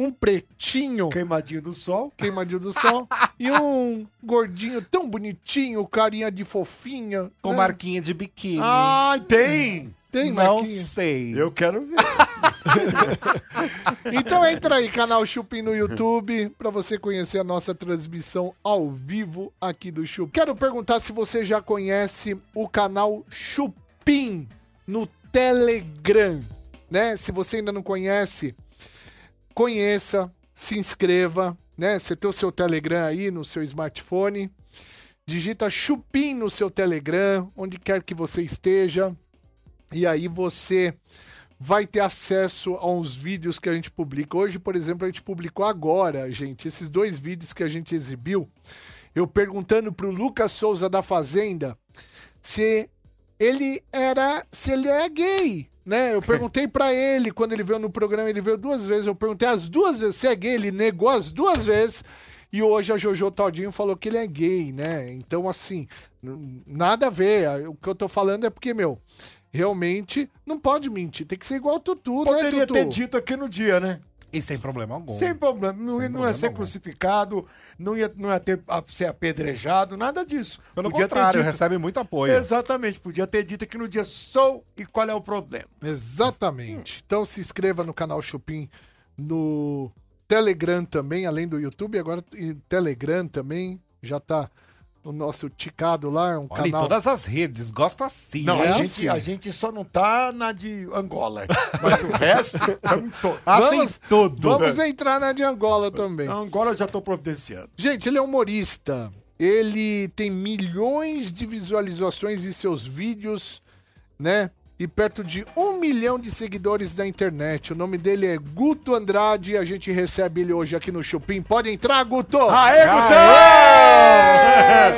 Speaker 3: Um pretinho
Speaker 6: Queimadinho do sol.
Speaker 3: queimadinho do sol. e um gordinho tão bonitinho, carinha de fofinha.
Speaker 4: Com
Speaker 3: né?
Speaker 4: marquinha de biquíni.
Speaker 6: Ai, Ah, tem!
Speaker 3: Tem
Speaker 4: Ah, não
Speaker 3: marquinha.
Speaker 4: sei.
Speaker 6: Eu quero ver.
Speaker 3: Então entra aí, canal Chupim no YouTube, pra você conhecer a nossa transmissão ao vivo aqui do Chupim. Quero perguntar se você já conhece o canal Chupim no Telegram, né? Se você ainda não conhece, conheça, se inscreva, né? Você tem o seu Telegram aí no seu smartphone. Digita Chupim no seu Telegram, onde quer que você esteja. E aí você vai ter acesso a uns vídeos que a gente publica. Hoje, por exemplo, a gente publicou agora, gente, esses dois vídeos que a gente exibiu. Eu perguntando pro Lucas Souza da Fazenda se ele era, se ele é gay, né? Eu perguntei pra ele quando ele veio no programa, ele veio duas vezes, eu perguntei as duas vezes se é gay, ele negou as duas vezes. E hoje a Jojo Todinho falou que ele é gay, né? Então assim, n- nada a ver. O que eu tô falando é porque, meu, realmente não pode mentir, tem que ser igual o Tutu, né,
Speaker 6: Poderia
Speaker 3: Tutu?
Speaker 6: ter dito aqui no dia, né?
Speaker 4: E sem problema algum.
Speaker 6: Sem problema. Não, não ia ser crucificado, não ia, não ia ter, a- ser apedrejado, nada disso.
Speaker 4: Pelo
Speaker 6: Podia ter
Speaker 4: contrário,
Speaker 6: dito.
Speaker 4: recebe muito apoio.
Speaker 6: Exatamente, podia ter dito aqui no dia sou e qual é o problema.
Speaker 3: Exatamente. Então se inscreva no canal Chupim no Telegram também, além do YouTube, agora e Telegram também, já tá o nosso ticado lá, é um
Speaker 4: Olha, em
Speaker 3: canal.
Speaker 4: todas as redes, gosto assim.
Speaker 6: Não,
Speaker 4: né?
Speaker 6: a,
Speaker 3: é assim.
Speaker 6: gente, a gente só não tá na de Angola, mas o resto estamos todos.
Speaker 4: Assim tudo.
Speaker 3: Vamos entrar na de Angola também.
Speaker 6: Na Angola eu já tô providenciando.
Speaker 3: Gente, ele é humorista. Ele tem milhões de visualizações em seus vídeos, né? E perto de um milhão de seguidores na internet. O nome dele é Guto Andrade. A gente recebe ele hoje aqui no Chupim. Pode entrar, Guto!
Speaker 6: Aê,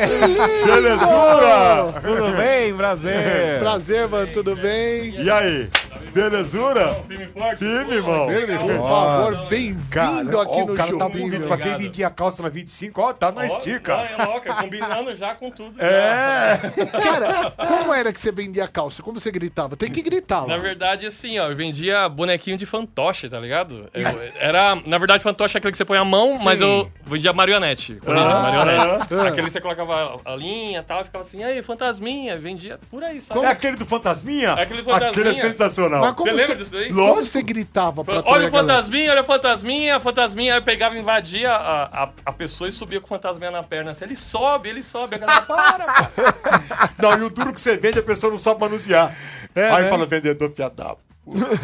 Speaker 6: Gutão! Belezura!
Speaker 4: Tudo bem, prazer?
Speaker 3: Prazer, mano, tudo bem?
Speaker 6: E aí? Belezura?
Speaker 10: Firme e forte.
Speaker 6: Firme, irmão.
Speaker 3: Por favor, bem-vindo
Speaker 6: Cara,
Speaker 3: aqui
Speaker 6: ó,
Speaker 3: no
Speaker 6: o cara tá
Speaker 3: Chupim.
Speaker 6: bonito.
Speaker 3: meu.
Speaker 6: Pra quem vendia a calça na 25, ó, tá na
Speaker 10: Ó,
Speaker 6: estica.
Speaker 10: É louca, combinando já com tudo. já.
Speaker 6: É.
Speaker 3: Cara, como era que você vendia calça? Como você gritava? Tem que gritar
Speaker 2: Na
Speaker 3: lá.
Speaker 2: verdade, assim, ó, eu vendia bonequinho de fantoche, tá ligado? Eu- era, na verdade, fantoche é aquele que você põe a mão, mas eu vendia marionete. original,
Speaker 4: Ah.
Speaker 2: marionete. Aquele que você colocava a a linha e tal, e ficava assim, aí, fantasminha, vendia por aí, sabe?
Speaker 6: É aquele do Fantasminha?
Speaker 2: É aquele do Fantasminha.
Speaker 6: Aquele é sensacional.
Speaker 3: Mas como
Speaker 2: Você lembra disso daí?
Speaker 3: Como
Speaker 6: Lógico.
Speaker 3: você tá gritava pra toda
Speaker 2: Olha
Speaker 3: a
Speaker 2: o
Speaker 3: galera?
Speaker 2: fantasminha, olha o fantasminha, a fantasminha. Aí eu pegava, invadia a, a, a pessoa e subia com o fantasminha na perna. Assim, ele sobe, ele sobe. A galera, para, pô.
Speaker 6: Não, e o duro que você vende, a pessoa não sabe manusear.
Speaker 4: É,
Speaker 6: Aí
Speaker 4: né?
Speaker 6: fala, vendedor fiadado.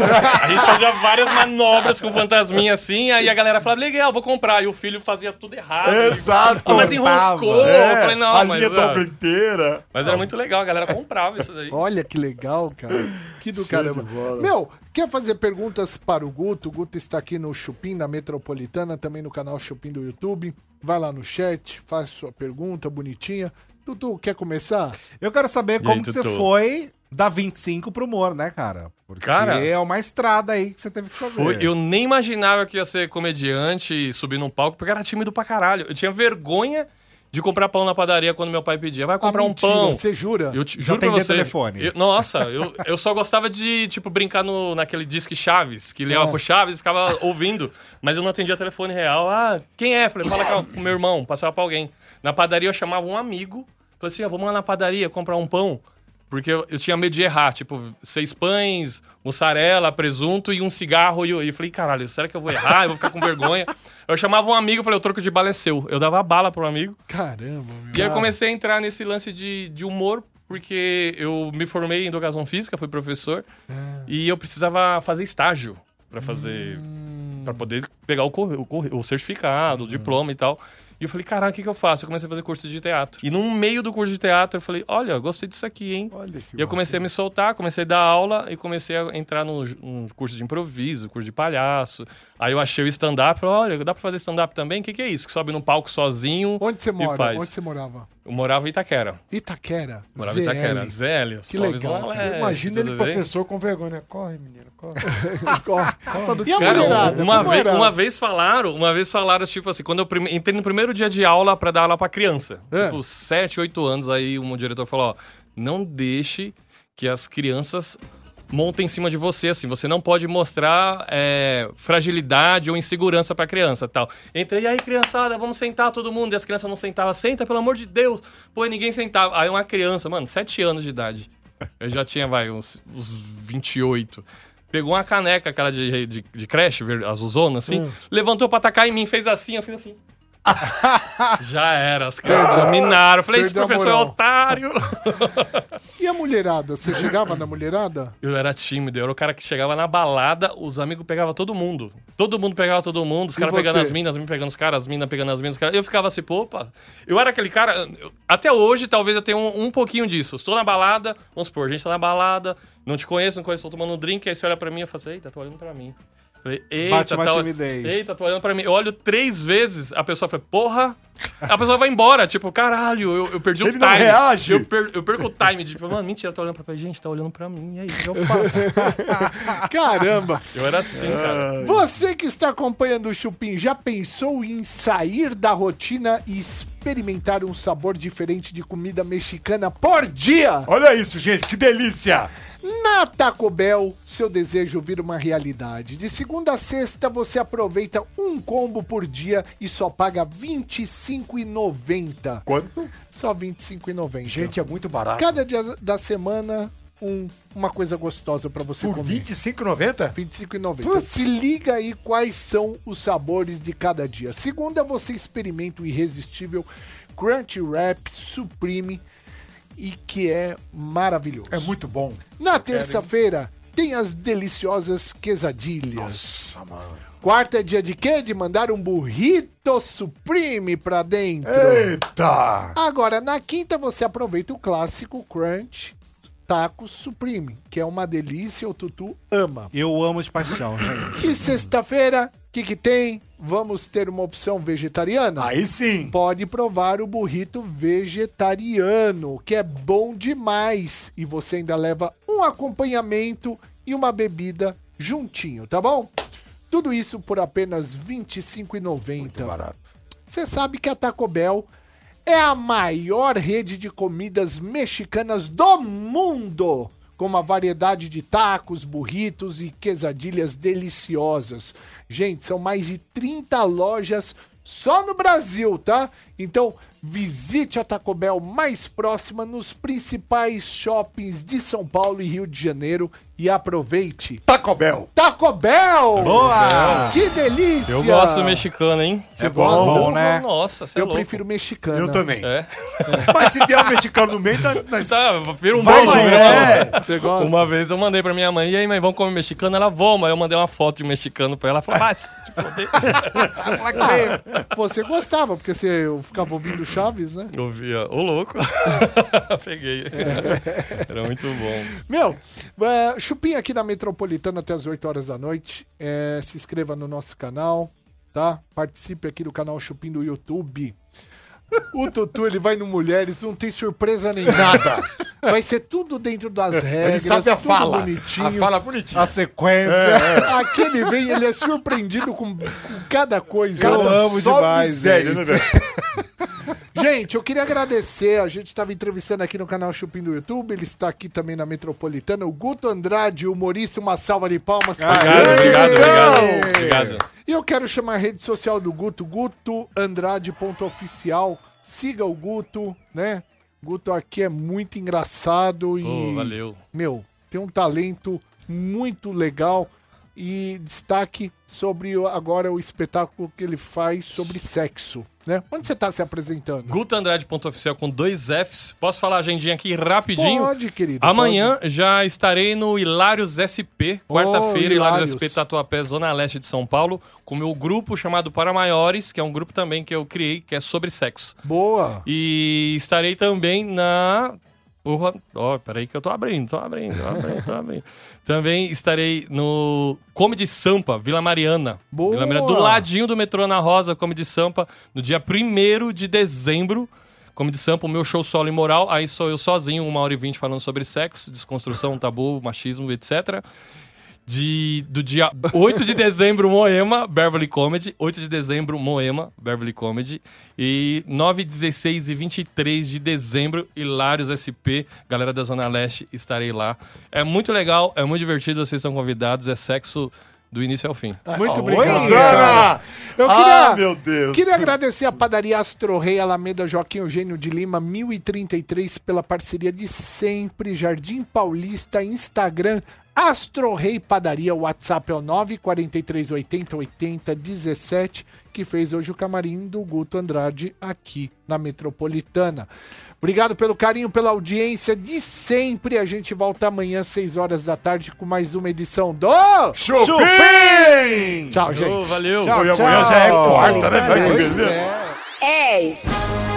Speaker 2: A gente fazia várias manobras com o fantasminha assim. Aí a galera falava, legal, vou comprar. E o filho fazia tudo errado.
Speaker 6: Exato. é.
Speaker 2: Ah, mas enroscou. Eu falei, não,
Speaker 6: a
Speaker 2: mas,
Speaker 6: linha
Speaker 2: ah,
Speaker 6: dobra inteira.
Speaker 2: Mas era muito legal, a galera comprava isso daí.
Speaker 3: Olha que legal, cara. Que do caramba. Meu, quer fazer perguntas para o Guto? O Guto está aqui no Chupim da Metropolitana, também no canal Chupim do YouTube. Vai lá no chat, faz sua pergunta bonitinha. Tutu, quer começar?
Speaker 4: Eu quero saber
Speaker 2: aí,
Speaker 4: como que você
Speaker 2: Tutu?
Speaker 4: foi da 25 pro humor, né, cara? Porque
Speaker 2: Cara,
Speaker 4: é uma estrada aí que você teve que fazer.
Speaker 2: Foi, eu nem imaginava que ia ser comediante e subir num palco, porque era tímido pra caralho. Eu tinha vergonha de comprar pão na padaria quando meu pai pedia. Vai comprar
Speaker 3: Ah,
Speaker 2: um
Speaker 3: mentira,
Speaker 2: pão.
Speaker 3: Você jura?
Speaker 2: Eu te, juro pra
Speaker 4: atender
Speaker 2: você.
Speaker 4: telefone.
Speaker 2: Eu- nossa, eu, eu só gostava de, tipo, brincar no, naquele disque Chaves, que ligava pro Chaves e ficava ouvindo, mas eu não atendia telefone real. Ah, quem é? Falei, fala com com meu irmão, passava pra alguém. Na padaria eu chamava um amigo, falei assim, ó, vamos lá na padaria comprar um pão. Porque eu, eu tinha medo de errar, tipo, seis pães, mussarela, presunto e um cigarro. E eu, e eu falei, caralho, será que eu vou errar? Eu vou ficar com vergonha. Eu chamava um amigo, falei, o troco de bala é seu. Eu dava a bala pro amigo.
Speaker 3: Caramba, meu.
Speaker 2: E aí eu comecei a entrar nesse lance de, de humor, porque eu me formei em educação física, fui professor,
Speaker 3: Ah.
Speaker 2: e eu precisava fazer estágio pra fazer.
Speaker 3: Hum.
Speaker 2: pra poder pegar o, corre- o, corre- o certificado, o diploma e tal. E eu falei, caralho, o que, que eu faço? Eu comecei a fazer curso de teatro. E no meio do curso de teatro, eu falei, olha, eu gostei disso aqui, hein? e eu comecei a me soltar, comecei a dar aula e comecei a entrar no ju- um curso de improviso, curso de palhaço. Aí eu achei o stand-up, falei, olha, dá pra fazer stand-up também? O que, que é isso? Que sobe num palco sozinho.
Speaker 3: Onde você
Speaker 2: e
Speaker 3: mora?
Speaker 2: faz.
Speaker 3: Onde você morava?
Speaker 2: Eu morava em Itaquera.
Speaker 3: Itaquera.
Speaker 2: Morava em
Speaker 3: ZL.
Speaker 2: Itaquera. Zélio.
Speaker 3: Que
Speaker 2: Salves
Speaker 3: legal,
Speaker 2: Lalete,
Speaker 3: cara.
Speaker 6: Imagina ele
Speaker 2: tudo bem?
Speaker 6: professor com vergonha. né? Corre, menino, corre.
Speaker 3: Corre. E a
Speaker 2: Cara,
Speaker 3: mulherada?
Speaker 2: uma,
Speaker 3: tá Como
Speaker 2: vez,
Speaker 3: era?
Speaker 2: uma vez falaram, uma vez falaram, tipo assim, quando eu prime- entrei no primeiro dia de aula pra dar aula pra criança.
Speaker 3: É.
Speaker 2: Tipo, 7, 8 anos, aí um diretor falou, ó, não deixe que as crianças monta em cima de você, assim. Você não pode mostrar é, fragilidade ou insegurança pra criança tal. Entra, e aí, criançada, vamos sentar todo mundo. E as crianças não sentavam. Senta, pelo amor de Deus. Pô, e ninguém sentava. Aí uma criança, mano, 7 anos de idade. Eu já tinha, vai, uns, uns 28. Pegou uma caneca, aquela de, de, de creche, ver- azulzona, assim. Levantou pra atacar em mim, fez assim, eu fiz assim. Já era, as crianças dominaram. Eu Falei, esse
Speaker 3: Perdeu a
Speaker 2: professor é
Speaker 3: moral."
Speaker 2: otário.
Speaker 3: E a mulherada? Você chegava na mulherada?
Speaker 2: Eu era tímido, eu era o cara que chegava na balada, os amigos pegavam todo mundo. Todo mundo pegava todo mundo, os caras
Speaker 3: você?
Speaker 2: pegando as minas, as minas pegando os caras, as minas pegando as minas, os caras. Eu ficava assim, pô, opa. Eu era aquele cara. eu- até hoje, talvez eu tenha um, um pouquinho disso. Estou na balada, vamos supor, a gente tá na balada, não te conheço, não conheço, tô tomando um drink, aí você olha pra mim e fala assim, eita, tô olhando pra mim. Falei, eita,
Speaker 4: Bate uma
Speaker 2: tá,
Speaker 4: timidez.
Speaker 2: eita, tô olhando pra mim. Eu olho três vezes, a pessoa fala, porra. A pessoa vai embora, tipo, caralho, eu, eu perdi o
Speaker 6: Ele
Speaker 2: time.
Speaker 6: não reage.
Speaker 2: Eu, per- eu perco o time de, tipo, mano, mentira, tá olhando pra frente, gente, tá olhando pra mim, e aí, o que eu faço?
Speaker 3: Caramba!
Speaker 2: Eu era assim,
Speaker 6: Ah.
Speaker 2: cara.
Speaker 3: Você que está acompanhando o Chupim, já pensou em sair da rotina e experimentar um sabor diferente de comida mexicana por dia?
Speaker 6: Olha isso, gente, que delícia!
Speaker 3: Na Taco Bell, seu desejo vira uma realidade. De segunda a sexta, você aproveita um combo por dia e só paga R$ 25,90.
Speaker 6: Quanto?
Speaker 3: Só R$ 25,90.
Speaker 6: Gente, é muito barato.
Speaker 3: cada dia da semana, um, uma coisa gostosa pra você
Speaker 6: Por
Speaker 3: comer.
Speaker 6: R$25,90?
Speaker 3: 25,90. Então Se liga aí quais são os sabores de cada dia. Segunda, você experimenta o irresistível Crunch Wrap Supreme e que é maravilhoso.
Speaker 6: É muito bom.
Speaker 3: Na terça-feira, tem as deliciosas quesadilhas.
Speaker 6: Nossa, mano.
Speaker 3: Quarta é dia de quê? De mandar um burrito supreme pra dentro.
Speaker 6: Eita!
Speaker 3: Agora, na quinta, você aproveita o clássico Crunch Taco Supreme, que é uma delícia, o Tutu ama.
Speaker 4: Eu amo de paixão, gente.
Speaker 3: E sexta-feira, o que, que tem? Vamos ter uma opção vegetariana?
Speaker 6: Aí sim.
Speaker 3: Pode provar o burrito vegetariano, que é bom demais. E você ainda leva um acompanhamento e uma bebida juntinho, tá bom? Tudo isso por apenas R$ 25,90.
Speaker 6: Barato.
Speaker 3: Você sabe que a Taco Bell é a maior rede de comidas mexicanas do mundo, com uma variedade de tacos, burritos e quesadilhas deliciosas. Gente, são mais de 30 lojas só no Brasil, tá? Então, visite a Taco Bell mais próxima nos principais shoppings de São Paulo e Rio de Janeiro e aproveite.
Speaker 6: Taco Bell.
Speaker 3: Taco Bell!
Speaker 4: Boa!
Speaker 3: Que delícia!
Speaker 2: Eu gosto mexicano, hein?
Speaker 6: É bom,
Speaker 4: Bom, né?
Speaker 2: Nossa, você é
Speaker 3: Eu
Speaker 2: louco.
Speaker 3: prefiro mexicana.
Speaker 6: Eu também.
Speaker 2: É.
Speaker 6: Mas se vier um mexicano no meio, nós- nós...
Speaker 2: Tá, vira um
Speaker 6: Vai,
Speaker 2: bolo,
Speaker 6: gente.
Speaker 2: né?
Speaker 6: É.
Speaker 3: Você gosta?
Speaker 2: Uma vez eu mandei pra minha mãe, e aí, mãe, vamos comer mexicano? Ela, vamos. Aí eu mandei uma foto de um mexicano pra ela, ela falou, vai, se te foder.
Speaker 3: Você gostava, porque você eu ficava ouvindo Chaves, né?
Speaker 2: Eu via, ô louco. Peguei.
Speaker 6: É.
Speaker 2: Era muito bom.
Speaker 3: Meu, é, chupinha aqui na Metropolitana até as 8 horas da noite. É, se inscreva no nosso canal, tá? Participe aqui do canal Chupim do YouTube. O Tutu, ele vai no Mulheres, não tem surpresa nem nada. Vai ser tudo dentro das regras,
Speaker 6: sabe a
Speaker 3: tudo
Speaker 6: fala.
Speaker 3: bonitinho.
Speaker 6: A fala
Speaker 2: Tá.
Speaker 6: bonitinha.
Speaker 4: A sequência.
Speaker 3: É, Aqui ele vem, ele é surpreendido com, com cada coisa.
Speaker 4: Cada
Speaker 3: Olha,
Speaker 4: amo
Speaker 6: só
Speaker 4: demais,
Speaker 6: miséria,
Speaker 4: gente.
Speaker 6: né, velho?
Speaker 3: Gente, eu queria agradecer. A gente estava entrevistando aqui no canal Chupim do YouTube. Ele está aqui também na Metropolitana. O Guto Andrade, o humorista, uma salva de palmas. pra
Speaker 2: Obrigado,
Speaker 3: ele.
Speaker 2: obrigado, obrigado. Obrigado.
Speaker 3: E eu quero chamar a rede social do Guto, gutoandrade.oficial. Siga o Guto, né? Guto aqui é muito engraçado e...
Speaker 2: Pô, valeu.
Speaker 3: Meu, tem um talento muito legal. E destaque sobre o- agora o espetáculo que ele faz sobre sexo, né? Onde você está se apresentando?
Speaker 2: Guto Andrade, ponto oficial, com dois Fs. Posso falar a agendinha aqui rapidinho?
Speaker 3: Pode, querido.
Speaker 2: Amanhã já estarei no Hilários SP, quarta-feira,
Speaker 3: Oh,
Speaker 2: Hilários SP
Speaker 3: Hilários.
Speaker 2: Tatuapé, Zona Leste de São Paulo, com meu grupo chamado Para Maiores, que é um grupo também que eu criei, que é sobre sexo.
Speaker 3: pode. Boa.
Speaker 2: E estarei também na. Porra, ó, peraí que eu tô abrindo, tô abrindo, tô abrindo, tô abrindo. Também estarei no Comedy Sampa, Vila Mariana.
Speaker 3: Boa!
Speaker 2: Vila Mariana, do ladinho do metrô Ana Rosa, Comedy Sampa, no dia 1 de dezembro. Comedy Sampa, o meu show solo imoral. Aí sou eu sozinho, uma hora e vinte falando sobre sexo, desconstrução, tabu, machismo, etc. de, do dia 8 de dezembro, Moema, Beverly Comedy. 8 de dezembro, Moema, Beverly Comedy. E 9, 16 e 23 de dezembro, Hilários SP. Galera da Zona Leste, estarei lá. É muito legal, é muito divertido, vocês são convidados. É sexo do início ao fim.
Speaker 3: Muito obrigado.
Speaker 6: Oi,
Speaker 3: cara.
Speaker 6: Zana!
Speaker 3: Eu queria,
Speaker 6: Ah, meu Deus.
Speaker 3: queria agradecer a padaria Astro Rei Alameda Joaquim Eugênio de Lima 1033 pela parceria de sempre. Jardim Paulista, Instagram, Astro Rei Padaria, o WhatsApp é o 943808017, que fez hoje o camarim do Guto Andrade aqui na Metropolitana. Obrigado pelo carinho, pela audiência de sempre. A gente volta amanhã, 6 horas da tarde, com mais uma edição do.
Speaker 6: Chupim!
Speaker 3: Tchau, gente.
Speaker 2: Ô, valeu!
Speaker 6: Amanhã já é quarta, né? Vai que
Speaker 3: Pois
Speaker 6: beleza.
Speaker 3: é.
Speaker 7: És.